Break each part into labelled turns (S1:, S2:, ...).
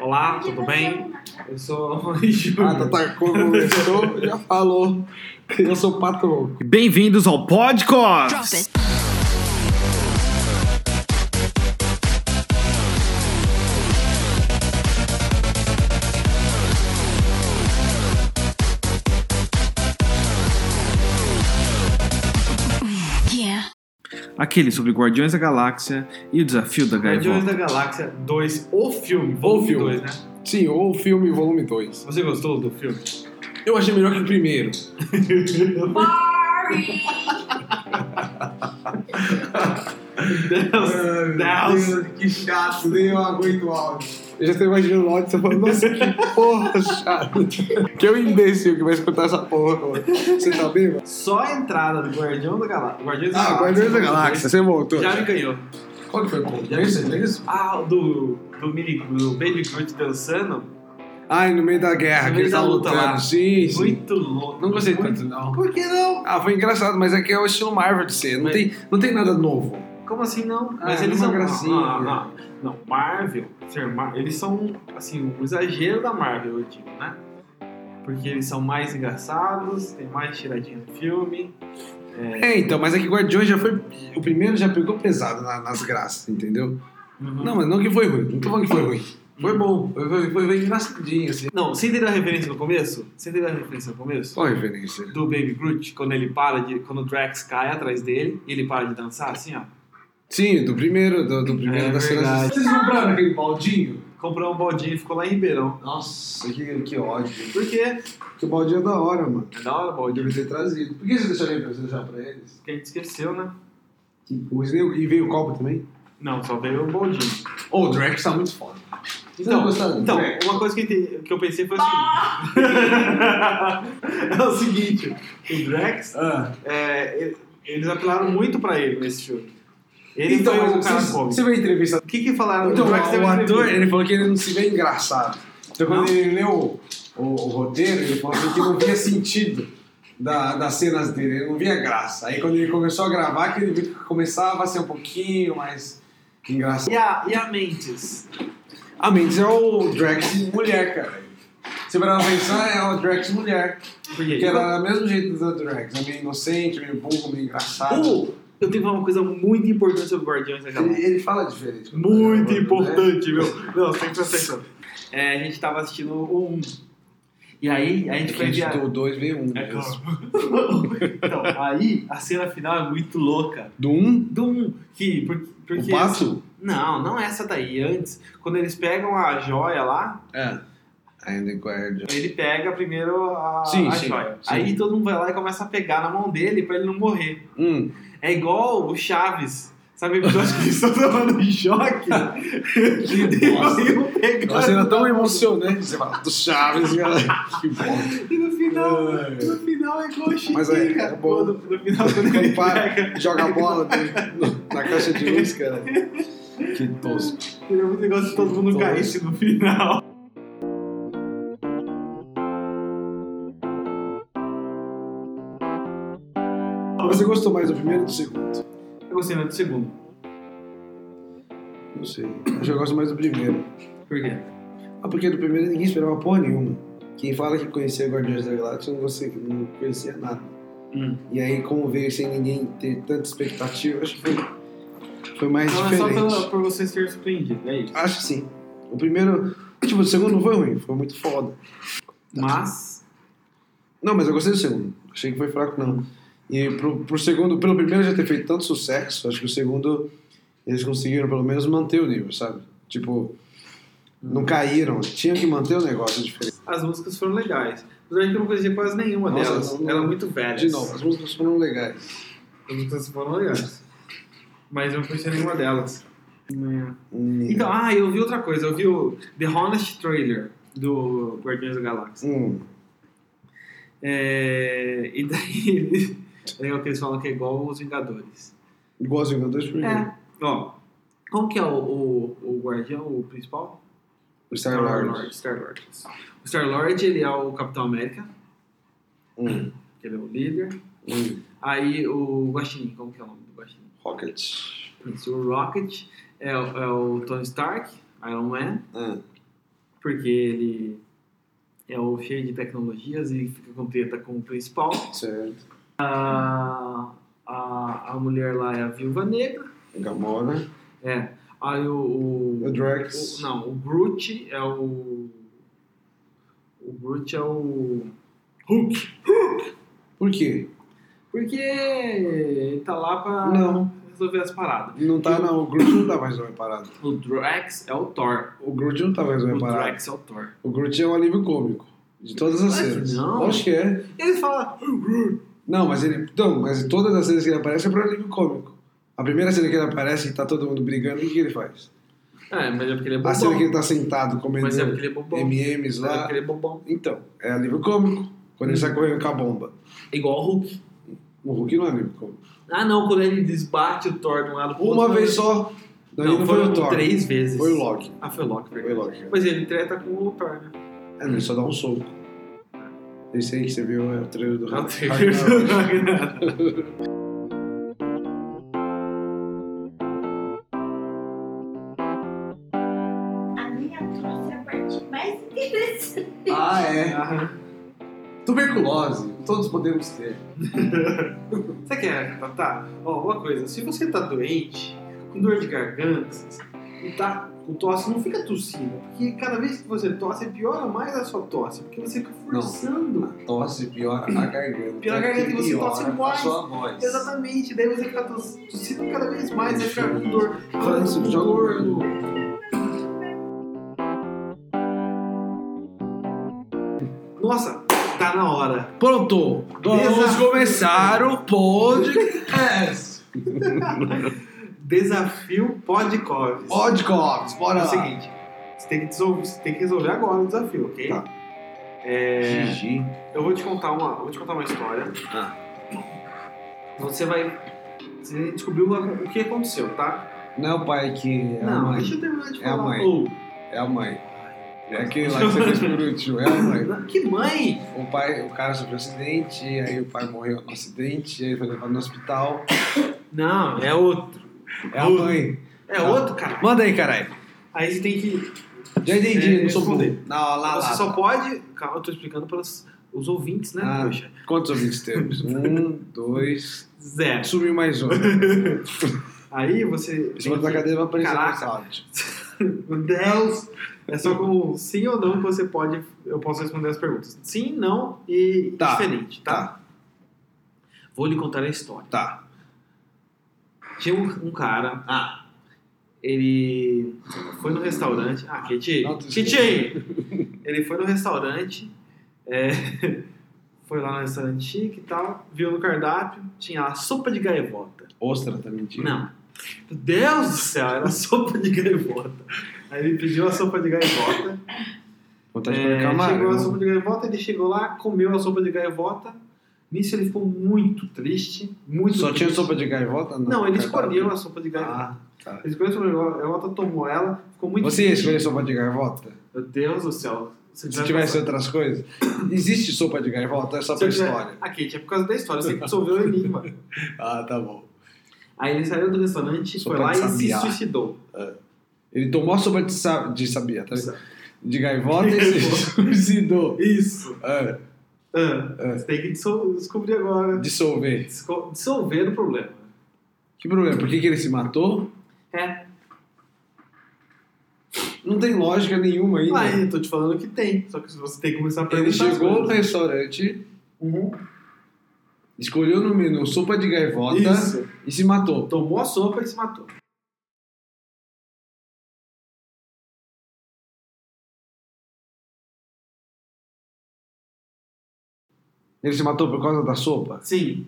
S1: Olá, tudo bem? Eu sou o
S2: Ah,
S1: Júlio.
S2: tá, tá. Começou, já falou. Eu sou o Pato Louco.
S3: Bem-vindos ao
S4: Drop
S3: podcast.
S4: it. Yeah.
S3: Aquele sobre Guardiões da Galáxia e o desafio da
S1: Guardiões
S3: Gaivota.
S1: da Galáxia 2, o filme, volume
S2: filme.
S1: 2, né?
S2: Sim, ou o filme volume 2.
S1: Você gostou do filme?
S2: Eu achei melhor que o primeiro.
S4: Sorry.
S1: Deus, Deus.
S2: que chato, nem eu aguento o áudio. Eu já tô imaginando o áudio, você falando, nossa, que porra chato. Que eu imbecil que vai escutar essa porra agora. Você tá bem,
S1: Só a entrada do Guardião da Galáxia. Guardiões da
S2: Ah,
S1: Galáxia.
S2: Guardiões da Galáxia, você voltou.
S1: Já me ganhou.
S2: Qual que foi o ponto? É isso? É isso?
S1: Ah, o do, do, Mini, do Baby Groot dançando.
S2: Ai, no meio da guerra,
S1: No
S2: que
S1: meio
S2: ele
S1: da
S2: tá
S1: luta lá.
S2: lutando. Sim, sim.
S1: Muito louco.
S2: Não gostei
S1: Muito-
S2: tanto, não.
S1: Por que não?
S2: Ah, foi engraçado, mas é que é o estilo Marvel de ser. Não,
S1: Mas-
S2: tem, não tem nada novo.
S1: Como assim não?
S2: Ah,
S1: Mas eles
S2: é uma
S1: são.
S2: gracinha.
S1: Não, não, não. Marvel, ser Mar... eles são, assim, um exagero da Marvel, eu digo, né? Porque eles são mais engraçados, tem mais tiradinha no filme.
S2: É, então, mas é que Guardiões já foi. O primeiro já pegou pesado na- nas graças, entendeu? Não, mas não que foi ruim. Não tô falando que foi ruim. Foi
S1: Hum.
S2: bom. Foi, foi, foi, foi engraçadinho, assim.
S1: Não, você entendeu a referência no começo? Você entendeu a referência no começo?
S2: Qual a referência?
S1: Do Baby Groot, quando ele para de. Quando o Drax cai atrás dele e ele para de dançar, assim, ó.
S2: Sim, do primeiro, do, do primeiro
S1: É
S2: das cenas.
S1: verdade.
S2: Vocês compraram aquele baldinho?
S1: Comprou um baldinho e ficou lá em Ribeirão.
S2: Nossa, que, que ódio.
S1: Por quê?
S2: Que baldinho é da hora, mano.
S1: É da hora o baldinho.
S2: ter trazido. Por que vocês deixaram pra deixar pra eles?
S1: Porque a gente esqueceu, né?
S2: Que coisa. E veio o copo também?
S1: Não, só veio o baldinho.
S2: Ô, o Drax tá muito foda. Vocês não
S1: Então,
S2: gostaram do
S1: então
S2: Drax?
S1: uma coisa que eu, entendi- que eu pensei foi o seguinte. é o seguinte, o Drax,
S2: Ah.
S1: é, ele- eles apelaram muito pra ele nesse filme. Ele
S2: então,
S1: foi um
S2: mas
S1: cara
S2: você,
S1: cômico.
S2: você vai entrevistar
S1: O que que falaram?
S2: Então,
S1: o Drax é um
S2: o,
S1: deu
S2: o
S1: uma
S2: ator,
S1: entrevista.
S2: ele falou que ele não se vê engraçado. Então, quando
S1: Não?
S2: ele leu o, o roteiro, ele falou assim que não via sentido da- das cenas dele, ele não via graça. Aí, quando ele começou a gravar, que ele viu que começava a ser um pouquinho mais engraçado.
S1: E a, e a Mentes?
S2: A Mendes é o Drax mulher, cara. Se parar pra pensar, é o Drax mulher.
S1: Por quê?
S2: Que era do mesmo jeito da Drax. É meio inocente, meio burro, meio engraçado.
S1: Uh, eu tenho que falar uma coisa muito importante sobre Guardiões da Galáxia.
S2: Ele, ele fala diferente.
S1: Muito
S2: Né?
S1: importante, meu. Não, tem que prestar atenção. É, a gente tava assistindo o 1. E aí, a
S2: É
S1: gente
S2: que
S1: foi
S2: a
S1: viajar.
S2: gente do 2 veio 1. Um,
S1: É
S2: mesmo.
S1: claro. então, aí a cena final é muito louca.
S2: do 1? Um,
S1: Do um, que por- porque
S2: o pato?
S1: Não, não é essa daí. Antes, quando eles pegam a joia lá,
S2: É. Ainda guarda.
S1: ele pega primeiro a,
S2: Sim,
S1: a
S2: sim,
S1: joia.
S2: sim.
S1: Aí todo mundo vai lá e começa a pegar na mão dele pra ele não morrer.
S2: Hum.
S1: É igual o Chaves. Sabe o episódio que eles estão tomando choque? e
S2: bosta.
S1: aí eu pegando.
S2: Uma cena tão emocionante. Você fala, do Chaves, galera. Que bom.
S1: E no final,
S2: Ai.
S1: no final é igual o Chiquinho,
S2: Mas é- é
S1: cara.
S2: bom.
S1: No, no final, quando ele pega,
S2: Para, joga a bola no- na caixa de luz, cara. Que tosco.
S1: Seria muito legal se todo mundo
S2: Todos.
S1: caísse no final.
S2: Você gostou mais do primeiro ou do segundo?
S1: Eu gostei mais do segundo.
S2: Não sei. Acho que eu gosto mais do primeiro.
S1: Por quê?
S2: Ah, porque do primeiro ninguém esperava porra nenhuma. Quem fala que conhecia Guardiões da Galáxia não, conhecia- não conhecia nada.
S1: Hum.
S2: E aí, como veio sem ninguém ter tanta expectativa, acho que foi, foi mais
S1: Então é só
S2: diferente.
S1: pela, por você ser surpreendido, é isso.
S2: Acho que sim. O primeiro. Tipo, o segundo não foi ruim, foi muito foda. Tá.
S1: Mas,
S2: Não, mas eu gostei do segundo. Achei que foi fraco, não. E pro, pro segundo, pelo primeiro já ter feito tanto sucesso, acho que o segundo eles conseguiram pelo menos manter o nível, sabe? Tipo, não caíram. Tinha que manter o negócio diferente.
S1: as músicas foram legais. Apesar de que eu não conhecia quase nenhuma
S2: Nossa,
S1: delas.
S2: não-
S1: Eram muito velhas.
S2: De novo, as músicas foram legais.
S1: As músicas foram legais. Mas eu não conhecia nenhuma delas.
S2: Hum.
S1: Então, ah, eu vi outra coisa. Eu vi o The Honest Trailer do Guardiões da Galáxia.
S2: Hum.
S1: É, e daí, é legal que eles falam que é igual os Vingadores.
S2: Igual os Vingadores primeiro.
S1: É. Ó, como que é o, o, o guardião, o principal?
S2: O Star-Lord.
S1: Star-Lord. O Star-Lord, ele é o Capitão América,
S2: Hum.
S1: que ele é o líder.
S2: Hum.
S1: Aí o Guaxinim, como que é o nome do Guaxinim?
S2: Rocket.
S1: Isso, o Rocket é, o- é o Tony Stark, Iron Man.
S2: Hum.
S1: porque ele é o cheio de tecnologias e fica com treta com o principal.
S2: Certo.
S1: A, a, a mulher lá é a viúva negra.
S2: Gamora.
S1: É. Aí o. o-
S2: O Drax.
S1: o- não, o Groot é o. O Groot é o. Hulk.
S2: Por quê?
S1: Porque ele tá lá pra
S2: Não.
S1: resolver as paradas.
S2: Não tá, não. O Groot não tá mais no reparado.
S1: O Drax é o Thor.
S2: O Groot não tá mais no
S1: O
S2: reparado.
S1: Drax é o Thor.
S2: O Groot é um alívio cômico. De todas
S1: Mas
S2: as cenas.
S1: não.
S2: Acho que é.
S1: Ele fala. "Oh, Groot."
S2: Não, mas ele. Não, mas todas as cenas que ele aparece é pra alívio cômico. A primeira cena que ele aparece e tá todo mundo brigando, o que, que ele faz?
S1: É, mas é porque ele é
S2: A cena que
S1: bobão.
S2: ele tá sentado comendo
S1: Mas é porque ele é bobão.
S2: MMs
S1: Mas é
S2: lá.
S1: porque ele Hum. é bobão.
S2: Então, é alívio cômico. Quando ele sai correndo com a bomba.
S1: Igual o Hulk.
S2: O Hulk não é alívio cômico.
S1: Ah, não, quando ele desbate o Thor de um lado pro outro.
S2: Uma vez só. Daí
S1: Não,
S2: não, foi
S1: foram
S2: o Thor.
S1: três vezes.
S2: Foi o Loki.
S1: Ah, foi o Loki,
S2: Foi
S1: verdade.
S2: o Loki.
S1: Mas ele treta com o Thor, né?
S2: É, ele só dá um soco. Esse aí que você viu é o trailer do
S1: Não
S2: Hulk.
S1: tem verdade.
S5: A minha trouxe a parte mais interessante.
S2: Ah, é.
S1: Aham.
S2: Tuberculose. Todos podemos ter.
S1: Você quer, Tatá? é, Tá, Ó, uma coisa, se você tá doente, com dor de garganta, e tá com tosse, não fica tossindo. Porque cada vez que você tosse, piora mais a sua tosse. Porque você fica forçando.
S2: Tosse piora a garganta.
S1: Piora a garganta e você
S2: Piora
S1: tosse mais.
S2: A sua voz.
S1: Exatamente, daí você fica tos- tossindo cada vez mais, vai ficar com dor.
S2: Câncer,
S1: com
S2: joga o
S1: dor.
S2: olho.
S1: Nossa, tá na hora.
S2: Pronto. Vamos
S1: Desafio.
S2: começar o podcast.
S1: Desafio Podcovis.
S2: Podcast. Bora
S1: É o
S2: lá.
S1: seguinte, você tem que, desol- você tem que resolver agora o desafio, ok?
S2: Tá.
S1: É,
S2: Gigi.
S1: eu vou te contar uma, vou te contar uma história.
S2: Ah.
S1: Você vai você descobriu a- o que aconteceu, tá?
S2: Não é o pai que é a
S1: Não,
S2: mãe.
S1: deixa eu terminar de
S2: É a
S1: falar.
S2: mãe.
S1: Ou,
S2: É a mãe. É aquele lá que você fez por último. É a mãe.
S1: não, que mãe?
S2: O pai, o cara sofreu um acidente, aí o pai morreu no acidente, aí foi levado no hospital.
S1: Não, é outro.
S2: É a mãe.
S1: É
S2: Tá.
S1: outro, cara.
S2: Manda aí, caralho.
S1: Aí você tem que
S2: Já entendi,
S1: É,
S2: não sou
S1: responder.
S2: burro. Não, lá,
S1: Você
S2: lá.
S1: só pode. Calma, eu tô explicando para os os ouvintes, né,
S2: Ah.
S1: poxa?
S2: Quantos ouvintes temos? Um, dois.
S1: Zero.
S2: Sumiu mais um.
S1: Aí você.
S2: Esse outro da
S1: tem que-
S2: cadeira vai aparecer no
S1: Caraca.
S2: áudio.
S1: Meu Deus! É só com sim ou não que você pode. Eu posso responder as perguntas. Sim, não e
S2: Tá.
S1: diferente, tá?
S2: Tá,
S1: Vou lhe contar a história.
S2: tá.
S1: Tinha um, um cara. Ah. Ele foi no restaurante. Ah, Kitty.
S2: Não, tu-
S1: Kitty! Ele foi no restaurante. é, foi lá no restaurante chique e tal. Viu no cardápio. Tinha a sopa de gaivota.
S2: Ostra, tá mentindo?
S1: Não. Meu Deus do céu, era sopa de gaivota. Aí ele pediu a sopa de gaivota.
S2: Vontade de
S1: É,
S2: colocar
S1: chegou a
S2: amarelo.
S1: sopa de gaivota, ele chegou lá, comeu a sopa de gaivota. Nisso ele ficou muito triste. Muito
S2: Só
S1: triste.
S2: tinha sopa de gaivota?
S1: Não, ele
S2: Cardápio.
S1: escolheu a sopa de gaivota.
S2: Ah, tá.
S1: Ele escolheu a sopa de gaivota, tomou ela, ficou muito
S2: Você ia escolher sopa de gaivota?
S1: Meu Deus do céu.
S2: Se tivesse outras coisas? Existe sopa de gaivota? É só pra história.
S1: Aqui, tinha Ah, é por causa da história, você que dissolveu o enigma.
S2: Ah, tá bom.
S1: Aí ele saiu do restaurante,
S2: Sopa
S1: foi lá
S2: de
S1: e se
S2: sabiá.
S1: suicidou.
S2: Ele tomou a sopa de, sa... de sabia, tá ligado? De gaivota
S1: De
S2: e se
S1: gaivota.
S2: suicidou.
S1: Isso.
S2: Ah,
S1: Ah,
S2: Ah.
S1: Você tem que dissol- descobrir agora.
S2: dissolver.
S1: Disco- Dissolver o problema.
S2: Que problema? Por que, que ele se matou?
S1: É.
S2: Não tem lógica nenhuma ainda.
S1: Ah, eu tô te falando que tem. Só que você tem que começar a perguntar.
S2: ele
S1: as
S2: chegou né? no
S1: coisas.
S2: restaurante,
S1: Uhum.
S2: escolheu no menu sopa de gaivota
S1: Isso.
S2: e se matou.
S1: Tomou a sopa e se matou.
S2: Ele se matou por causa da sopa?
S1: Sim.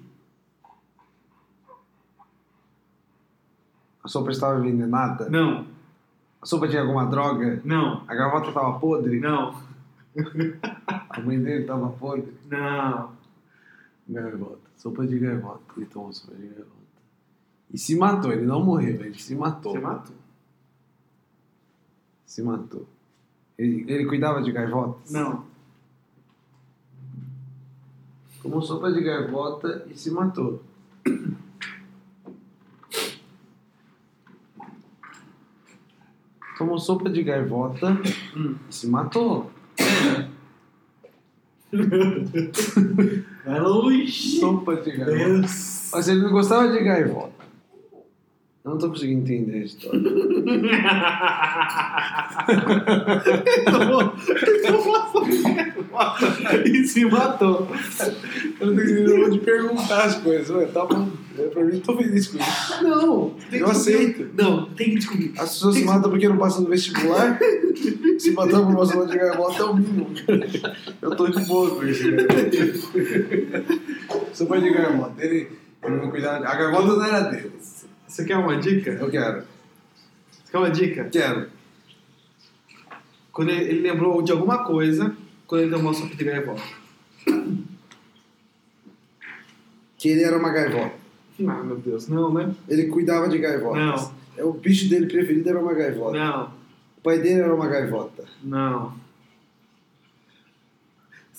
S2: A sopa estava envenenada?
S1: Não.
S2: A sopa tinha alguma droga?
S1: Não.
S2: A gaivota estava podre?
S1: Não.
S2: A mãe dele estava podre?
S1: Não.
S2: Gaivota. Sopa de gaivota. Ele tomou sopa de gaivota. E se matou. Ele não morreu. Ele se matou.
S1: Você matou?
S2: Se matou. Ele, ele cuidava de gaivotas?
S1: Não.
S2: Tomou sopa de gaivota e se matou. tomou sopa de gaivota
S1: Hum.
S2: e se matou.
S1: Vai longe.
S2: Sopa de gaivota.
S1: Deus.
S2: Mas ele não gostava de gaivota. Eu não tô conseguindo entender a história.
S1: e se matou.
S2: Eu não tô conseguindo de perguntar as coisas. Ué, tá bom. Eu, pra mim, não tô feliz com isso.
S1: Não, tem que
S2: Eu
S1: descobrir.
S2: aceito.
S1: Não, tem que descobrir.
S2: As pessoas se matam porque não passam no vestibular. Se matam por uma sopa de gaivota é o mínimo. Eu tô de boa com isso. cara. Sopa de gaivota. Ele, ele não cuidava. A gaivota não era dele.
S1: Você quer uma dica?
S2: Eu quero.
S1: Você quer uma dica?
S2: Quero.
S1: Quando ele, ele lembrou de alguma coisa, quando ele tomou a sopa de gaivota.
S2: Que ele era uma gaivota.
S1: Ah, meu Deus, não, né?
S2: Ele cuidava de gaivotas.
S1: Não.
S2: É, O bicho dele preferido era uma gaivota.
S1: Não,
S2: O pai dele era uma gaivota.
S1: não.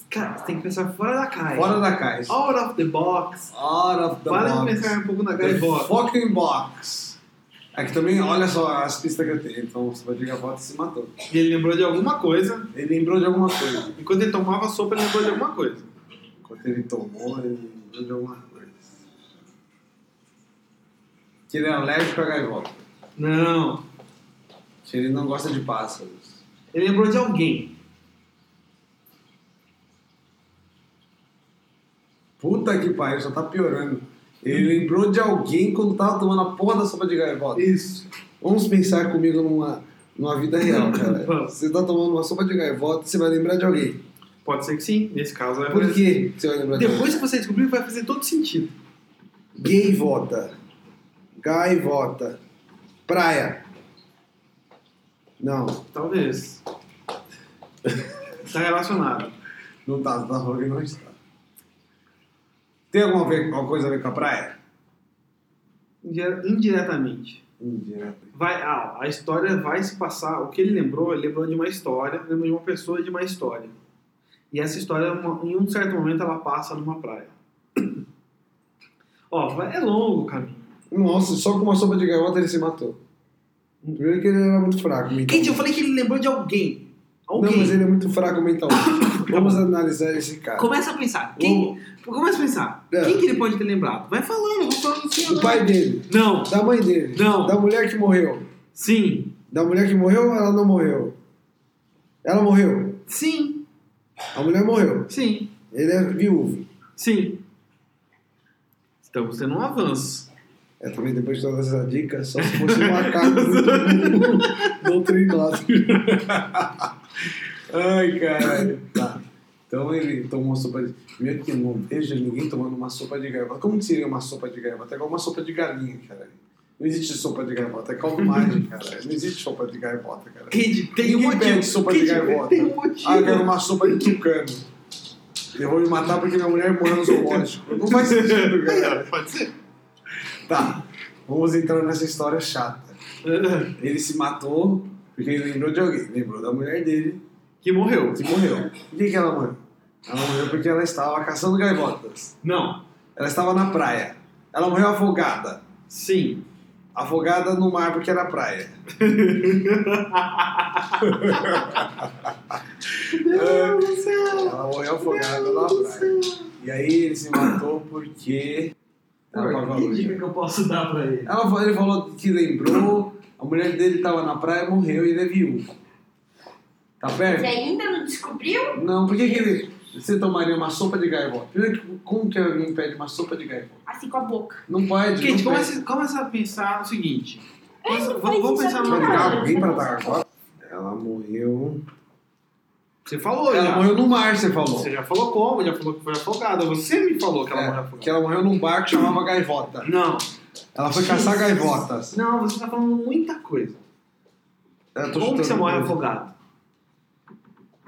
S1: Cara, você tem que pensar fora da caixa.
S2: Fora da caixa.
S1: Out of the box.
S2: Out of the
S1: Para de
S2: box.
S1: pensar um pouco na
S2: The
S1: gaivota.
S2: fucking box. Aqui também, olha só as pistas que eu tenho. Então, você vai de gaivota se matou.
S1: E ele lembrou de alguma coisa,
S2: Ele lembrou de alguma coisa.
S1: e quando ele tomava sopa, ele lembrou de alguma coisa.
S2: Quando ele tomou, ele lembrou de alguma coisa. Que ele é alérgico à gaivota.
S1: Não.
S2: Que ele não gosta de pássaros.
S1: Ele lembrou de alguém.
S2: Puta que pariu, só tá piorando. Ele lembrou de alguém quando tava tomando a porra da sopa de gaivota.
S1: Isso.
S2: Vamos pensar comigo numa, numa vida real, cara.
S1: Vamos.
S2: Você tá tomando uma sopa de gaivota, você vai lembrar de alguém.
S1: Pode ser que sim, nesse caso é.
S2: Por que você vai lembrar de alguém?
S1: Depois que você descobrir, vai fazer todo sentido.
S2: Gaivota. Gaivota. Praia. Não,
S1: Talvez. Está relacionado.
S2: não tá, tá falando que não está. Tem alguma, ver- alguma coisa a ver com a praia?
S1: Indire- Indiretamente.
S2: Indireto.
S1: Vai, ah, a história vai se passar. O que ele lembrou, ele lembrou de uma história, lembrou de uma pessoa e de uma história. E essa história, uma- em um certo momento, ela passa numa praia. Ó, vai- é longo o caminho.
S2: Nossa, só com uma sopa de gaivota ele se matou. Primeiro que ele era muito fraco
S1: Gente,
S2: mentalmente.
S1: eu falei que ele lembrou de alguém. Alguém.
S2: Não, mas ele é muito fraco mentalmente. Vamos analisar esse cara.
S1: Começa a pensar. Quem... Começa a pensar.
S2: É.
S1: Quem que ele pode ter lembrado? Vai falando, eu vou falando assim
S2: O
S1: agora.
S2: pai dele,
S1: Não.
S2: da mãe dele,
S1: Não.
S2: da mulher que morreu.
S1: Sim.
S2: Da mulher que morreu ou ela não morreu? Ela morreu.
S1: Sim.
S2: A mulher morreu.
S1: Sim.
S2: Ele é viúvo.
S1: Sim. Estamos tendo um avanço.
S2: É também depois de todas essas dicas, só se fosse um macaco doutrinado. Ai, caralho. Tá. Então ele tomou sopa de. Primeiro que eu não vejo ninguém tomando uma sopa de gaivota. Como que seria uma sopa de gaivota? É igual uma sopa de galinha, cara. Não existe sopa de gaivota, é calmagem, cara. Não existe sopa de gaivota, cara.
S1: Kid, tem um
S2: Ninguém
S1: motivo.
S2: pede sopa
S1: Kid,
S2: de gaivota.
S1: Tem um motivo.
S2: Ah, eu quero uma sopa de tucano. Eu vou me matar porque minha mulher morreu no zoológico. Não faz sentido, cara.
S1: É, Pode ser.
S2: Tá, vamos entrar nessa história chata. Ele se matou porque ele lembrou de alguém. Lembrou da mulher dele
S1: Que morreu.
S2: que morreu. Por que, que ela morreu? Ela morreu porque ela estava caçando gaivotas.
S1: Não.
S2: Ela estava na praia. Ela morreu afogada.
S1: Sim.
S2: Afogada no mar porque era praia.
S1: Deus do céu.
S2: Ela morreu afogada na praia. E aí ele se matou porque. Ela pagou a
S1: Que
S2: luz.
S1: dica que eu posso dar pra ele?
S2: Ela, fa- ele falou que lembrou, a mulher dele tava na praia, morreu e ele é viúvo. Tá
S5: Você
S2: perto?
S5: ainda não descobriu?
S2: Não, por que, que ele, você tomaria uma sopa de gaivota? Primeiro, que- como que alguém pede uma sopa de gaivota?
S5: Assim com a boca.
S2: Não pode.
S1: Kid,
S2: não
S1: começa, começa a pensar no seguinte. Vamos-
S5: não
S1: vamos
S5: faz
S1: vamos
S5: isso
S1: pensar
S5: aqui,
S1: numa
S5: não.
S1: cara.
S5: Alguém pra
S2: atacar agora? Ela morreu.
S1: Você falou,
S2: Ela
S1: já.
S2: morreu no mar, você falou.
S1: Você já falou como, já falou que foi afogada. Você me falou que ela morreu
S2: É, que
S1: afogada.
S2: ela morreu num barco que chamava Gaivota.
S1: Não,
S2: Ela foi caçar gaivotas.
S1: não, você tá falando muita coisa.
S2: Eu É, tô
S1: Como que
S2: chutando
S1: você morre
S2: coisa.
S1: afogado?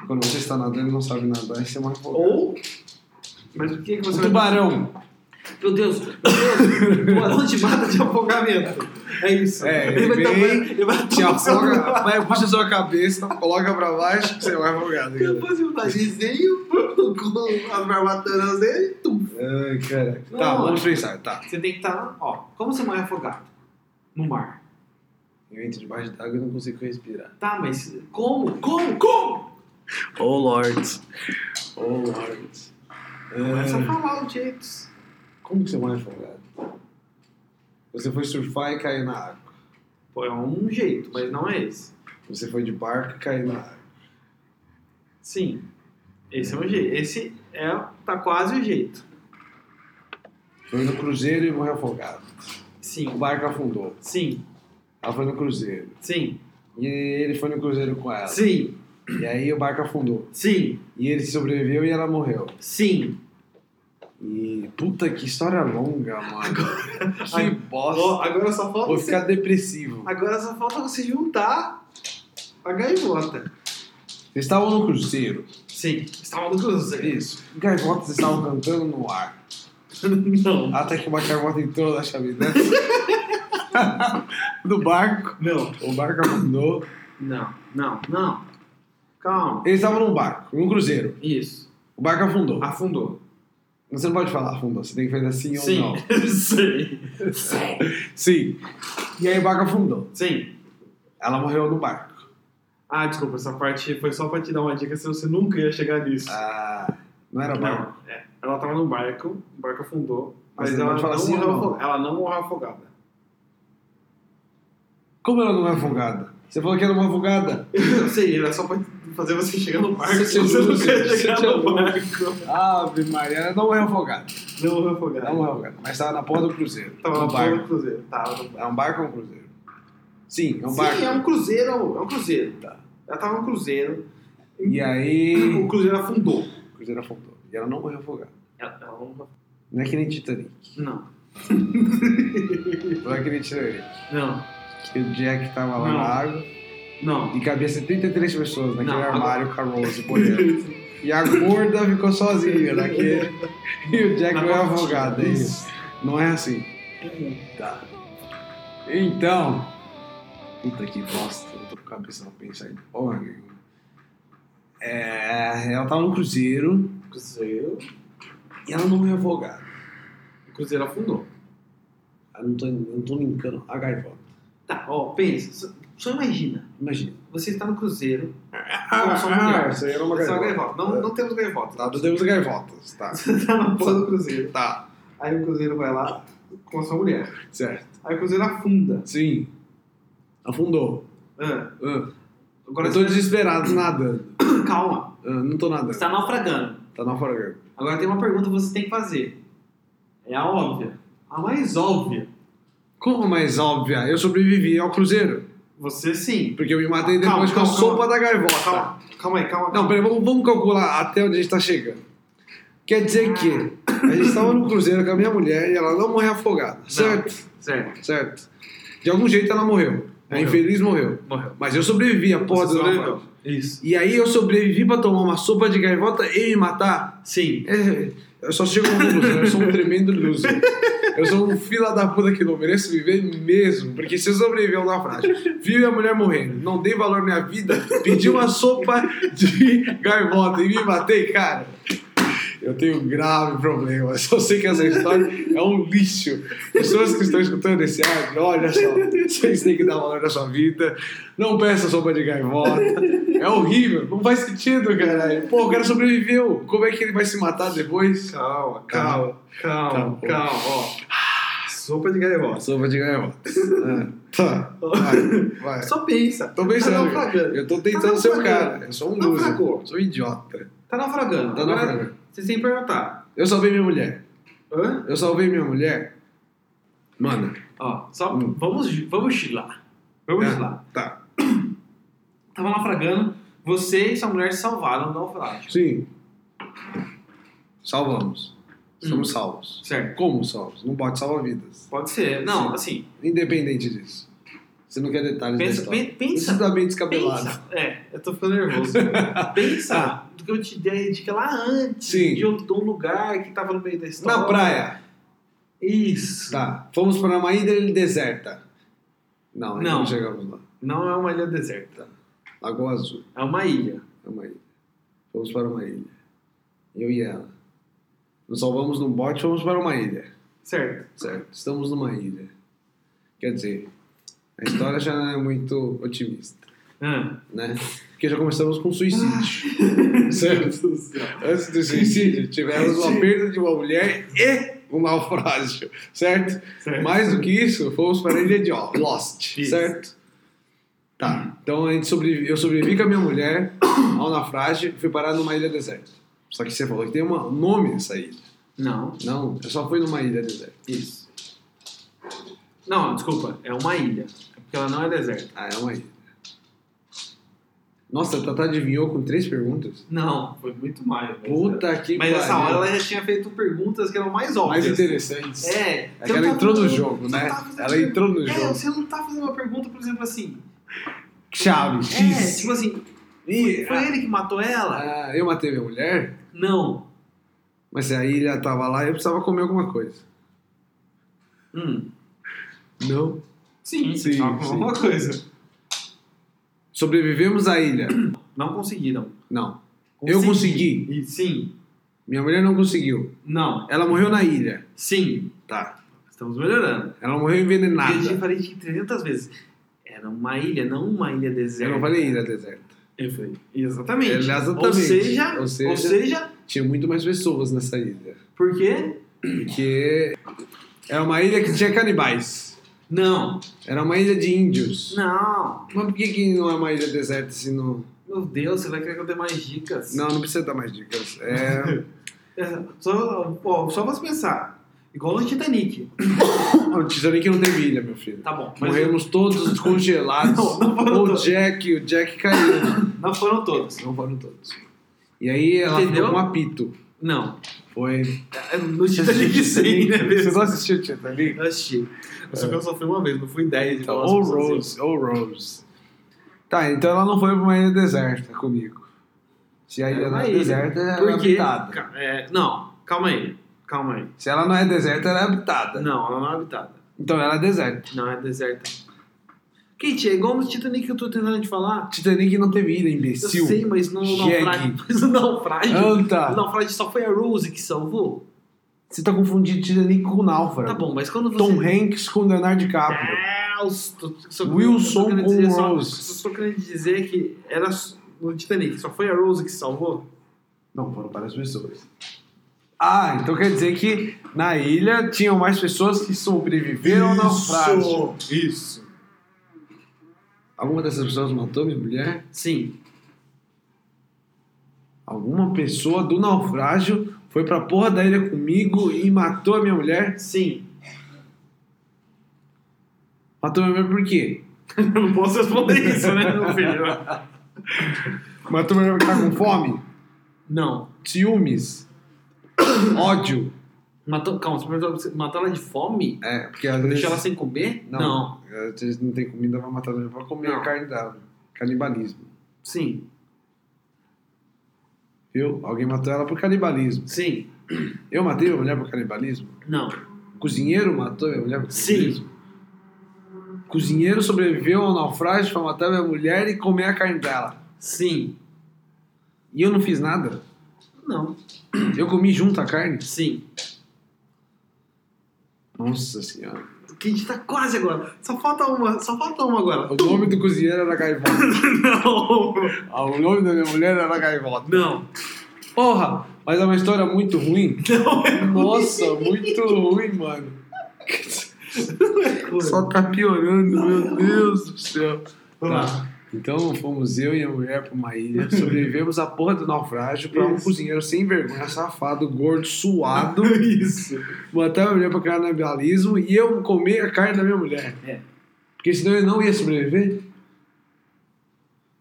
S2: Quando você está nadando e não sabe nadar, aí você morre afogado.
S1: Ou. Mas o que, que você
S2: Um
S1: vai-
S2: tubarão.
S1: Meu Deus, meu Deus, tubarão te mata de afogamento. É isso.
S2: É,
S1: ele vai
S2: ele
S1: tomar-
S2: vem,
S1: ele vai
S2: Te
S1: tomar seu
S2: afoga,
S1: lugar.
S2: vai, puxa sua cabeça, coloca pra baixo, você vai afogado.
S1: Eu faço um narizinho com as barbatanas dele. assim, tum.
S2: Ai, cara. Tá,
S1: Não, é.
S2: vamos pensar, tá.
S1: Você tem que estar, ó, como você morre afogado? No mar.
S2: Eu entro debaixo d'água e não consigo respirar.
S1: Tá, mas como? Como? Como?
S2: Oh, Lord. Oh, Lord.
S1: Começa a
S2: Ah,
S1: falar os jeitos.
S2: como que você morre afogado? Você foi surfar e caiu na água.
S1: Pô, é um jeito, mas não é esse.
S2: Você foi de barco e caiu na água.
S1: Sim. Esse é um jeito. Esse é, tá quase o jeito.
S2: Foi no cruzeiro e morreu afogado. O
S1: Sim.
S2: barco afundou.
S1: Sim.
S2: Ela foi no cruzeiro.
S1: Sim.
S2: E ele foi no cruzeiro com ela.
S1: Sim.
S2: E aí o barco afundou.
S1: Sim.
S2: E ele sobreviveu e ela morreu.
S1: Sim.
S2: E puta que história longa, mano.
S1: Ai,
S2: que bosta.
S1: Ó, agora só falta
S2: Vou
S1: você-
S2: ficar depressivo.
S1: Agora só falta você juntar a gaivota.
S2: Vocês estavam no cruzeiro. é
S1: Sim. tá Estava no cruzeiro.
S2: Isso. Gaivotas estavam cantando no ar.
S1: Não.
S2: Até que uma gaivota entrou na chave né? do barco.
S1: Não.
S2: O barco afundou.
S1: Não. Não. Não. Calma.
S2: Eles estavam num barco, num cruzeiro.
S1: Isso.
S2: O barco afundou.
S1: Afundou.
S2: Você não pode falar afundou. Você tem que fazer assim
S1: Sim.
S2: ou não.
S1: Sim.
S2: Sim. E aí o barco afundou.
S1: Sim.
S2: Ela morreu no barco.
S1: Ah, desculpa, essa parte foi só pra te dar uma dica, senão você nunca ia chegar nisso.
S2: Ah, não era barco.
S1: Não, é, ela tava no barco, o barco afundou,
S2: Mas
S1: mas,
S2: ele
S1: ela,
S2: pode
S1: não
S2: falar assim,
S1: morreu
S2: não.
S1: afogada. ela não morreu afogada.
S2: Como ela não é afogada? Você falou que era uma afogada.
S1: Eu sei, era só pra fazer você chegar no barco,
S2: Você
S1: você,
S2: tinha
S1: não
S2: luz,
S1: quer
S2: você
S1: chegar
S2: tinha um
S1: no
S2: luz.
S1: barco.
S2: Ave Maria, ela não é afogada.
S1: Não morreu afogada.
S2: Não é afogada. Mas estava na porra do cruzeiro.
S1: Tava
S2: no
S1: no
S2: barco.
S1: do cruzeiro. Tava no barco.
S2: É um barco ou um cruzeiro? Sim, é um
S1: Sim,
S2: barco.
S1: é um cruzeiro, é um cruzeiro.
S2: Tá.
S1: Ela tava no cruzeiro, um-
S2: E aí.
S1: o cruzeiro afundou.
S2: O cruzeiro afundou. E ela não morreu afogada.
S1: Ela, ela não...
S2: Não é que nem Titanic.
S1: Não,
S2: Não é que nem Titanic.
S1: não,
S2: Que o Jack tava lá
S1: Não.
S2: na água
S1: não.
S2: e cabia 73 pessoas naquele
S1: Não,
S2: armário com a Rose boiando. E a gorda ficou sozinha naquele. E o Jack
S1: Na
S2: não é
S1: botinha.
S2: afogado, é isso. Não é assim. Tá. Então. Puta que bosta, eu tô com a cabeça não pensar em porra nenhuma. É, ela tava no cruzeiro
S1: Cruzeiro,
S2: e ela não é afogada.
S1: o cruzeiro afundou.
S2: Eu não tô, eu não tô linkando a gaivota.
S1: Tá, ó, pensa, só, só imagina,
S2: Imagina.
S1: você está no cruzeiro,
S2: Ah,
S1: só uma gaivota.
S2: isso aí era uma
S1: você é uma
S2: gaivota.
S1: gaivota, não, não temos gaivota.
S2: Nada temos gaivotas, tá?
S1: Você tá na porra do cruzeiro.
S2: tá,
S1: Aí o cruzeiro vai lá com a sua mulher.
S2: certo.
S1: Aí o cruzeiro afunda.
S2: Sim. Afundou.
S1: Ah,
S2: Ah,
S1: agora
S2: eu tô
S1: você
S2: desesperado nadando.
S1: calma.
S2: Ah, não tô nadando.
S1: Você tá naufragando.
S2: Tá naufragando.
S1: Agora tem uma pergunta que você tem que fazer. É a óbvia. A mais óbvia.
S2: Como mais óbvia, eu sobrevivi ao cruzeiro.
S1: Você sim.
S2: Porque eu me matei
S1: Ah, Calma,
S2: depois com a
S1: calma,
S2: sopa da gaivota.
S1: Calma, calma aí, calma.
S2: Não,
S1: calma.
S2: peraí, vamos, vamos calcular até onde a gente tá chegando. Quer dizer que a gente estava no cruzeiro com a minha mulher e ela não morreu afogada, certo?
S1: Certo.
S2: Certo. De algum jeito ela morreu. A
S1: Morreu.
S2: infeliz morreu.
S1: Morreu.
S2: Mas eu sobrevivi a porra
S1: Você
S2: do
S1: sobreviveu.
S2: naufrágio.
S1: Isso.
S2: E aí eu sobrevivi pra tomar uma sopa de gaivota e me matar?
S1: Sim.
S2: É, eu só chego a uma conclusão, eu sou um tremendo loser. Eu sou um fila da puta que não mereço viver mesmo, porque se eu sobreviver ao naufrágio, vi minha mulher morrendo, não dei valor à minha vida, pedi uma sopa de gaivota e me matei, cara. Eu tenho um grave problema, eu só sei que essa história é um lixo. Pessoas que estão escutando esse áudio, olha só, vocês têm que dar valor à sua vida, não peça sopa de gaivota, é horrível, não faz sentido, caralho. Pô, o cara sobreviveu, como é que ele vai se matar depois?
S1: Calma,
S2: calma,
S1: calma,
S2: calma.
S1: calma. Ó. Sopa de
S2: A
S1: gaivota.
S2: sopa de gaivota. É. Tá, vai, vai.
S1: Só pensa.
S2: Tô pensando,
S1: Tá naufragando.
S2: eu tô tentando ser o
S1: naufragando.
S2: cara, eu sou um loser,
S1: Naufragou.
S2: sou um idiota.
S1: Tá naufragando.
S2: Tá
S1: Agora,
S2: naufragando.
S1: Vocês têm que perguntar.
S2: Eu salvei minha mulher,
S1: Hã?
S2: eu salvei minha mulher. Mano,
S1: Ó, só
S2: Hum.
S1: vamos, vamos chilar. Vamos
S2: É.
S1: chilar.
S2: tá,
S1: Tava naufragando, você e sua mulher se salvaram do naufrágio.
S2: sim, salvamos, somos
S1: Hum.
S2: salvos.
S1: Certo.
S2: Como salvos? Não bote salva-vidas.
S1: Pode ser. Não, assim,
S2: Independente disso. Você não quer detalhes da
S1: pensa,
S2: história.
S1: pe- pensa,
S2: Isso tá bem descabelado.
S1: pensa. É, eu tô ficando nervoso. pensa do que eu te dei de que lá antes,
S2: Sim.
S1: de, um, de um lugar que tava no meio da história.
S2: Na praia.
S1: Isso.
S2: Tá. Fomos para uma ilha deserta. Não, ainda não.
S1: Não.
S2: chegamos lá.
S1: Não é uma ilha deserta.
S2: Lagoa Azul.
S1: É uma ilha.
S2: É uma ilha. Fomos para uma ilha. Eu e ela. Nos salvamos num bote fomos para uma ilha.
S1: Certo.
S2: Certo. Estamos numa ilha. Quer dizer, A história já não é muito otimista,
S1: Ah.
S2: né? Porque já começamos com suicídio, certo?
S1: Meu Deus do céu.
S2: Antes do suicídio, tivemos uma perda de uma mulher e um naufrágio, certo?
S1: Certo.
S2: Mais do que isso, fomos para a ilha de Ó- Lost,
S1: Isso.
S2: certo? Tá, então a gente sobrevi- eu sobrevivi com a minha mulher ao naufrágio e fui parar numa ilha deserta. Só que você falou que tem uma- um nome nessa ilha.
S1: Não,
S2: Não, eu só fui numa ilha deserta.
S1: isso. Não, desculpa, é uma ilha. É Porque ela não é deserta.
S2: Ah, é uma ilha. Nossa, a Tata adivinhou com três perguntas?
S1: Não, foi muito mais. mas-
S2: Puta que
S1: Mas essa hora
S2: pariu.
S1: ela já tinha feito perguntas que eram mais óbvias.
S2: Mais interessantes.
S1: É.
S2: É
S1: você
S2: que
S1: não
S2: ela
S1: tá
S2: entrou no
S1: fazendo-
S2: jogo,
S1: você
S2: né?
S1: não tá fazendo
S2: Ela
S1: pergunta-
S2: entrou no
S1: É,
S2: jogo.
S1: você não tá fazendo uma pergunta, por exemplo, assim.
S2: Chave,
S1: É,
S2: X.
S1: tipo assim,
S2: Ih,
S1: foi ele que matou ela?
S2: ah, eu matei minha mulher?
S1: Não.
S2: Mas se a ilha tava lá, eu precisava comer alguma coisa.
S1: Hum.
S2: Não.
S1: Sim,
S2: Sim,
S1: alguma
S2: sim.
S1: alguma coisa.
S2: Sobrevivemos à ilha.
S1: Não conseguiram.
S2: Não. Eu consegui.
S1: E Sim.
S2: Minha mulher não conseguiu.
S1: Não.
S2: Ela morreu na ilha.
S1: Sim.
S2: Tá.
S1: Estamos melhorando.
S2: Ela morreu
S1: Eu já
S2: envenenada.
S1: falei de 300 vezes. Era uma ilha, não uma ilha
S2: Eu
S1: deserta.
S2: não falei ilha deserta.
S1: Eu falei, Exatamente.
S2: Exatamente.
S1: Ou seja,
S2: Ou
S1: ou
S2: seja-
S1: seja,
S2: Tinha muito mais pessoas nessa ilha.
S1: por quê?
S2: Porque era uma ilha que tinha canibais.
S1: Não.
S2: Era uma ilha de índios.
S1: Não.
S2: Mas por que, que não é uma ilha deserta se não.
S1: Meu Deus, você vai querer que eu dê mais dicas?
S2: Não, não precisa dar mais dicas. É.
S1: É, Só, ó, só você pensar. Igual no Titanic.
S2: O Titanic um não teve ilha, meu filho.
S1: Tá bom. Mas
S2: Morremos todos congelados.
S1: Não, não foram
S2: o
S1: todos.
S2: Jack, o Jack caiu.
S1: não foram todos.
S2: Não foram todos. E aí ela
S1: Entendeu?
S2: ficou com um apito.
S1: Não.
S2: Foi.
S1: É, No Titanic sim, né?
S2: Você
S1: mesmo?
S2: não assistiu Titanic?
S1: Eu assisti.
S2: É.
S1: Só que eu só fui uma vez, não fui em 10.
S2: Então,
S1: igual as
S2: ou
S1: pessoas
S2: Rose, ou Rose. Tá, então ela não foi pra uma ilha deserta comigo. Se a
S1: Era
S2: ilha não
S1: uma
S2: é
S1: ilha.
S2: deserta, ela é
S1: Porque.
S2: habitada.
S1: ca- é, não, calma aí. Calma aí.
S2: Se ela não é deserta, ela é habitada.
S1: Não, ela não é habitada.
S2: Então ela é deserta.
S1: Não, é deserta. Kate, é igual no Titanic que eu tô tentando te falar.
S2: Titanic não teve ilha,
S1: Eu
S2: imbecil.
S1: sei, mas no
S2: Jegue.
S1: naufrágio. Mas um no naufrágio.
S2: Anta.
S1: O naufrágio um só foi a Rose que salvou.
S2: Você tá confundindo Titanic com Náufrago.
S1: Tá bom, mas quando você.
S2: Tom Hanks com Leonardo DiCaprio.
S1: Ah, os- tô- só-
S2: Wilson
S1: só querendo
S2: com
S1: dizer só-
S2: Rose.
S1: Só, querendo dizer que era s- no Titanic, só foi a Rose que salvou?
S2: Não, foram várias pessoas. Ah, então quer dizer que na ilha tinham mais pessoas que sobreviveram ao naufrágio.
S1: Isso.
S2: Alguma dessas pessoas matou minha mulher?
S1: Sim.
S2: Alguma pessoa do naufrágio foi pra porra da ilha comigo e matou a minha mulher?
S1: Sim.
S2: Matou minha mulher por quê?
S1: Eu não posso responder isso, né, meu filho?
S2: Matou minha mulher porque tá com fome?
S1: Não.
S2: Ciúmes? Ódio?
S1: Matou, calma, você perguntou você matou ela de fome?
S2: É, porque às vezes...
S1: Deixou ela sem comer?
S2: Não. Às vezes não tem comida, vai matar a mulher pra comer
S1: Não.
S2: a carne dela. Canibalismo.
S1: Sim.
S2: Viu? Alguém matou ela por canibalismo.
S1: Sim.
S2: Eu matei minha mulher por canibalismo?
S1: Não.
S2: cozinheiro matou minha mulher?
S1: Sim.
S2: Cozinheiro sobreviveu ao naufrágio pra matar minha mulher e comer a carne dela.
S1: Sim.
S2: E eu não fiz nada.
S1: Não.
S2: Eu comi junto a carne.
S1: Sim.
S2: Nossa senhora.
S1: O Kid tá quase agora. Só falta uma. Só falta uma agora.
S2: O nome do cozinheiro era Gaivota.
S1: Não.
S2: Ah, o nome da minha mulher era Gaivota.
S1: Não.
S2: Porra! Mas é uma história muito ruim.
S1: Não é
S2: Nossa, muito ruim, mano.
S1: coisa.
S2: Só tá piorando, meu Deus do céu.
S1: Vamos lá.
S2: Tá. Então fomos eu e a mulher pra uma ilha, sobrevivemos à porra do naufrágio pra um
S1: Isso.
S2: cozinheiro sem vergonha, safado, gordo, suado,
S1: Isso.
S2: botar a mulher pra canibalismo e eu comer a carne da minha mulher.
S1: É.
S2: Porque senão ele não ia sobreviver.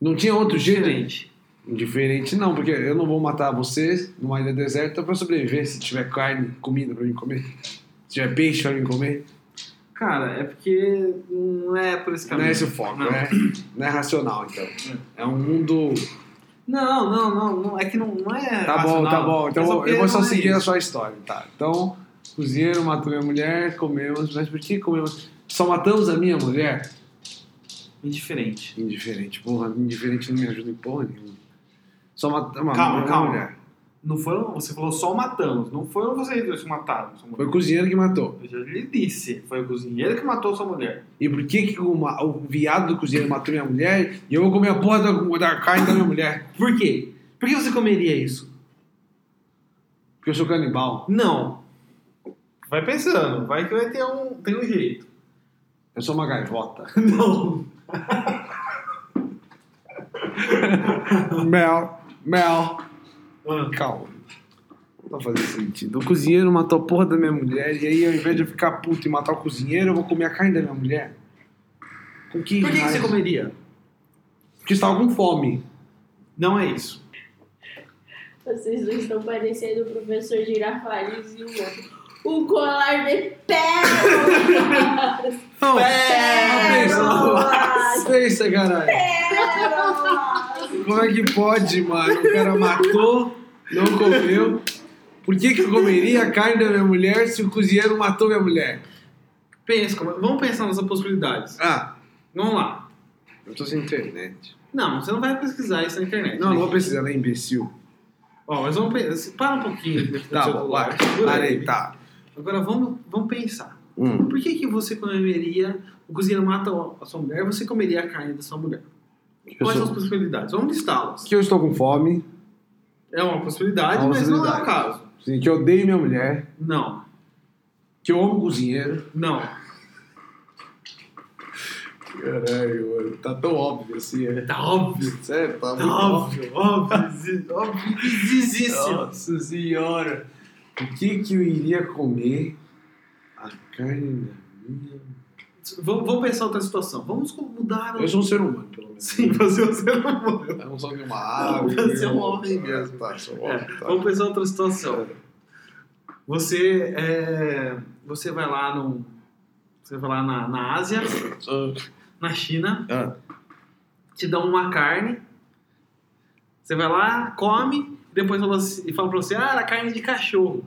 S2: Não tinha outro jeito.
S1: Diferente.
S2: Diferente não, porque eu não vou matar você numa ilha deserta pra sobreviver se tiver carne, comida pra mim comer. Se tiver peixe pra mim comer.
S1: Cara, é porque não é por esse
S2: Não
S1: caminho.
S2: é esse o foco,
S1: Não.
S2: né? Não é racional, então. É um mundo
S1: Não, não, não, não. É que não, não é.
S2: Tá bom,
S1: racional.
S2: tá bom.
S1: É
S2: Então
S1: porque
S2: eu vou só
S1: não é
S2: seguir a
S1: isso.
S2: sua história, tá? Então, cozinheiro matou minha mulher, comemos, mas por que comemos? Só matamos a minha mulher?
S1: Indiferente.
S2: Indiferente, porra, indiferente não me ajuda em porra nenhuma. Só matamos a
S1: Calma,
S2: minha
S1: calma.
S2: mulher.
S1: Não foram, você falou só matamos. Não foram vocês dois que mataram sua mulher.
S2: Foi o cozinheiro que matou.
S1: Eu já lhe disse. Foi o cozinheiro que matou sua mulher.
S2: E por que, que o, ma- o viado do cozinheiro matou minha mulher e eu vou comer a porra da, da carne da minha mulher?
S1: Por quê? Por que você comeria isso?
S2: Porque eu sou canibal.
S1: Não. Vai pensando. Vai que vai ter um, tem um jeito.
S2: Eu sou uma gaivota.
S1: Não.
S2: Mel, Mel.
S1: Ah,
S2: Calma. Não tá fazendo sentido. O cozinheiro matou a porra da minha mulher e aí ao invés de eu ficar puto e matar o cozinheiro, eu vou comer a carne da minha mulher. Com que
S1: Por que, que
S2: raiva?
S1: você comeria?
S2: Porque eu estava com fome.
S1: Não é isso.
S6: Vocês dois estão parecendo o professor Girafales e o outro. O colar de pérolas!
S2: Não,
S1: É, Ah,
S6: Pérolas!
S2: pensa, pensa, caralho. Como é que pode, mano? O cara matou, não comeu. Por que, que eu comeria a carne da minha mulher se o cozinheiro matou minha mulher?
S1: Pensa, como- vamos pensar nas possibilidades.
S2: Ah,
S1: Vamos lá.
S2: eu tô sem internet.
S1: Não, você não vai pesquisar isso na internet.
S2: Não,
S1: né?
S2: não vou precisar, né, imbecil?
S1: Ó, mas vamos pensar. Para um pouquinho. do
S2: Tá
S1: seu
S2: bom,
S1: celular.
S2: vai. Parei, tá.
S1: Agora vamos, vamos pensar.
S2: Hum.
S1: Por que, que você comeria, o cozinheiro mata a sua mulher, você comeria a carne da sua mulher? Quais
S2: sou-
S1: são as possibilidades? Vamos listá-las.
S2: Que eu estou com fome.
S1: É uma possibilidade,
S2: É uma
S1: mas não é o
S2: possibilidade.
S1: caso.
S2: Sim, que eu odeio minha mulher,
S1: Não,
S2: que eu amo cozinheiro.
S1: não.
S2: Caralho, mano, tá tão óbvio assim, é.
S1: Tá óbvio.
S2: Sério, tá
S1: Tá
S2: muito óbvio.
S1: óbvio, óbvio, óbvio, bizíssimo.
S2: Nossa senhora. O que que eu iria comer a carne da minha...
S1: Vamos, vamos pensar outra situação. Vamos mudar.
S2: Eu sou um ser humano, pelo menos.
S1: Sim, você é um ser humano.
S2: Eu não sou nenhuma ave.
S1: Não, você é um
S2: eu-
S1: homem mesmo.
S2: Tá, sou um
S1: É,
S2: homem, tá.
S1: vamos pensar outra situação. Você é, você vai lá no você vai lá na, na Ásia, na China,
S2: Ah.
S1: te dão uma carne. Você vai lá, come, depois fala, assim- e fala pra você: "Ah, era carne de cachorro".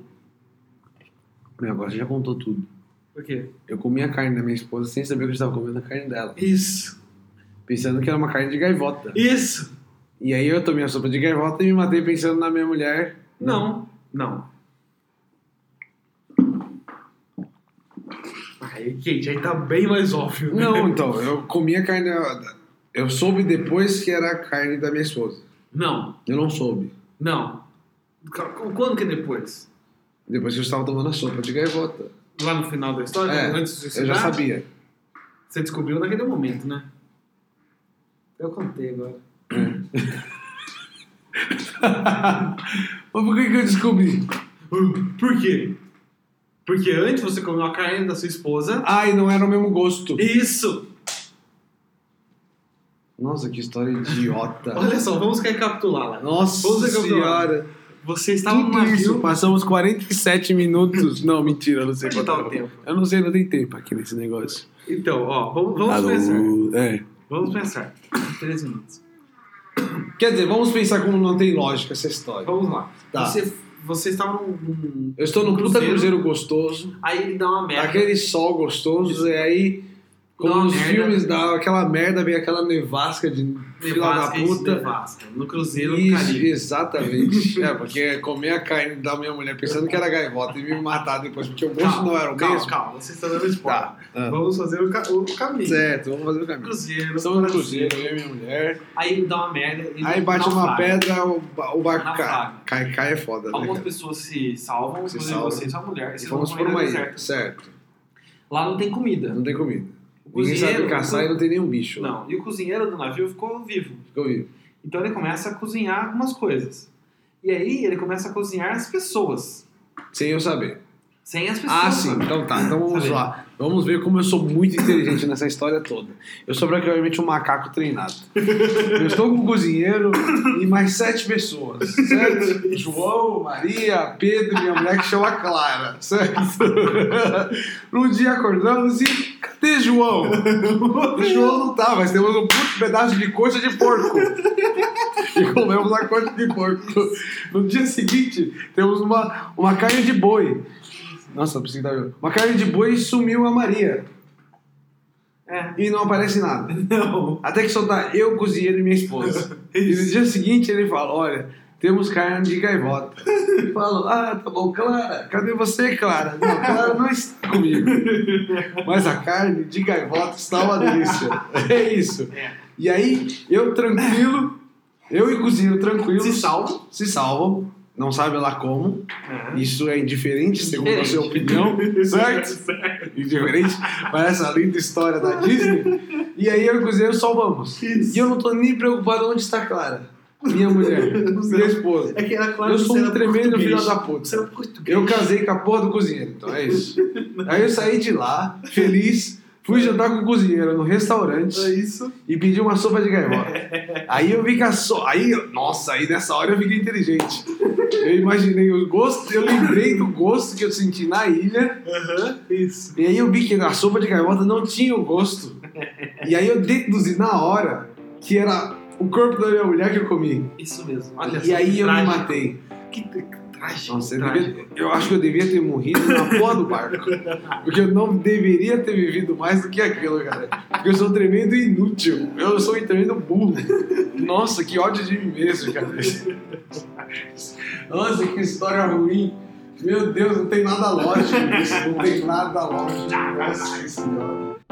S2: Meu, agora você já contou tudo.
S1: Por quê?
S2: Eu comi a carne da minha esposa sem saber que eu estava comendo a carne dela.
S1: Isso.
S2: Pensando que era uma carne de gaivota.
S1: Isso.
S2: E aí eu tomei a sopa de gaivota e me matei pensando na minha mulher.
S1: Não. Não. Aí, Kate, aí tá bem mais óbvio. né?
S2: Não, então, eu comi a carne. da- Eu soube depois que era a carne da minha esposa.
S1: Não.
S2: Eu não soube.
S1: Não. Quando que é depois?
S2: Depois que eu estava tomando a sopa de gaivota.
S1: Lá no final da história,
S2: É,
S1: antes de suicidar,
S2: Eu já sabia.
S1: você descobriu naquele momento, né? Eu contei agora.
S2: Mas por que, que eu descobri?
S1: Hum, Por quê? Porque antes você comeu a carne da sua esposa.
S2: Ai, não era o mesmo gosto.
S1: Isso!
S2: Nossa, que história idiota.
S1: Tá. Olha só, vamos recapitular lá.
S2: Nossa
S1: Vamos recapitular.
S2: senhora.
S1: Você estava no
S2: Tudo isso,
S1: navio.
S2: passamos 47 minutos. Não, mentira, eu não sei
S1: Onde
S2: quanto
S1: tá o tempo?
S2: Eu não sei, não tem tempo aqui nesse negócio.
S1: Então, ó, vamos, vamos pensar.
S2: Alô. É.
S1: Vamos pensar. Três minutos.
S2: Quer dizer, vamos pensar como não tem lógica essa história.
S1: Vamos lá.
S2: Tá.
S1: Você, você estava num, num-
S2: Eu estou num puta
S1: Cruzeiro.
S2: cruzeiro gostoso.
S1: Aí ele dá uma merda.
S2: Aquele sol gostoso, e aí,
S1: Dá
S2: como
S1: uma
S2: nos
S1: merda.
S2: filmes dá aquela merda, vem aquela nevasca de fila da
S1: Nevasca, isso,
S2: puta.
S1: nevasca. No Cruzeiro, no
S2: Isso,
S1: Caribe.
S2: exatamente. é, porque comer a carne da minha mulher pensando que era gaivota e me matar depois, porque o gosto não era o
S1: calma,
S2: um mesmo.
S1: calma, você está dando spoiler.
S2: Tá. Ah.
S1: Vamos fazer o, ca- o caminho. Um
S2: Certo, vamos fazer o caminho.
S1: Cruzeiro,
S2: Estamos no cruzeiro, eu e minha mulher.
S1: Aí ele dá uma merda. ele
S2: Aí bate uma
S1: naufraga.
S2: pedra, o, ba- o barco cai.
S1: Naufraga.
S2: cai. Cai é foda, né?
S1: Algumas
S2: cara?
S1: pessoas se salvam,
S2: Se
S1: inclusive
S2: salvam.
S1: você e sua mulher. e
S2: E
S1: Vocês
S2: fomos
S1: vão
S2: por
S1: pro
S2: uma
S1: meio do
S2: ilha,
S1: deserto.
S2: certo.
S1: Lá não tem comida.
S2: Não tem comida.
S1: O
S2: Ninguém sabe
S1: cozinheiro-
S2: caçar e não tem nenhum bicho.
S1: Não, e o cozinheiro do navio ficou vivo.
S2: Ficou vivo.
S1: Então ele começa a cozinhar algumas coisas. E aí ele começa a cozinhar as pessoas.
S2: Sem eu saber.
S1: Sem as pessoas.
S2: Ah, sim. Então tá, então vamos
S1: Sabe?
S2: lá. Vamos ver como eu sou muito inteligente nessa história toda. Eu sou praticamente um macaco treinado. Eu estou com o cozinheiro e mais sete pessoas, certo? João, Maria, Pedro e minha mulher que chama Clara, certo? Um dia acordamos e... Cadê João? O João não tá, mas temos um puto pedaço de coxa de porco. E comemos a coxa de porco. No dia seguinte, temos uma, uma carne de boi. Nossa, eu preciso dar Uma carne de boi sumiu a Maria.
S1: É.
S2: E não aparece nada.
S1: Não.
S2: Até que só tá eu, cozinheiro e minha esposa. E no dia seguinte ele fala: Olha, Temos carne de gaivota. Eu falo, ah, tá bom, Clara, cadê você, Clara? Não, Clara não está comigo. Mas a carne de gaivota está uma delícia. É isso.
S1: É.
S2: E aí, eu tranquilo, eu e o cozinheiro tranquilo.
S1: Se salvam.
S2: Se salvam. Não sabe lá como.
S1: É.
S2: Isso é indiferente, segundo a sua opinião.
S1: Diferente.
S2: Certo? indiferente para essa linda história da Disney. E aí eu e o Cruzeiro salvamos.
S1: Isso.
S2: E eu não tô nem preocupado onde está a Clara. Minha mulher, minha esposa.
S1: É que era claro
S2: Eu
S1: que
S2: sou
S1: você
S2: um
S1: era
S2: tremendo
S1: português.
S2: filho da puta.
S1: Você era um português.
S2: Eu casei com a porra do cozinheiro, então é isso. Aí eu saí de lá, feliz, fui jantar com o cozinheiro no
S1: É
S2: restaurante
S1: isso.
S2: e pedi uma sopa de gaivota. Aí eu vi que a sopa. Aí, nossa, aí nessa hora eu fiquei inteligente. Eu imaginei o gosto, eu lembrei do gosto que eu senti na ilha.
S1: Aham. Isso.
S2: E aí eu vi que a sopa de gaivota não tinha o gosto. E aí eu deduzi na hora que era o corpo da minha mulher que eu comi.
S1: Isso mesmo. Olha
S2: e
S1: só,
S2: aí
S1: que
S2: eu
S1: trágico.
S2: me matei.
S1: Que, que trágico.
S2: Nossa, eu,
S1: trágico.
S2: devia- eu acho que eu devia ter morrido na porra do barco. Porque eu não deveria ter vivido mais do que aquilo, cara. Porque eu sou um tremendo inútil. Eu sou um tremendo burro. Nossa, que ódio de mim mesmo, cara. Nossa, que história ruim. Meu Deus, não tem nada lógico nisso. Não tem nada lógico. Nossa senhora.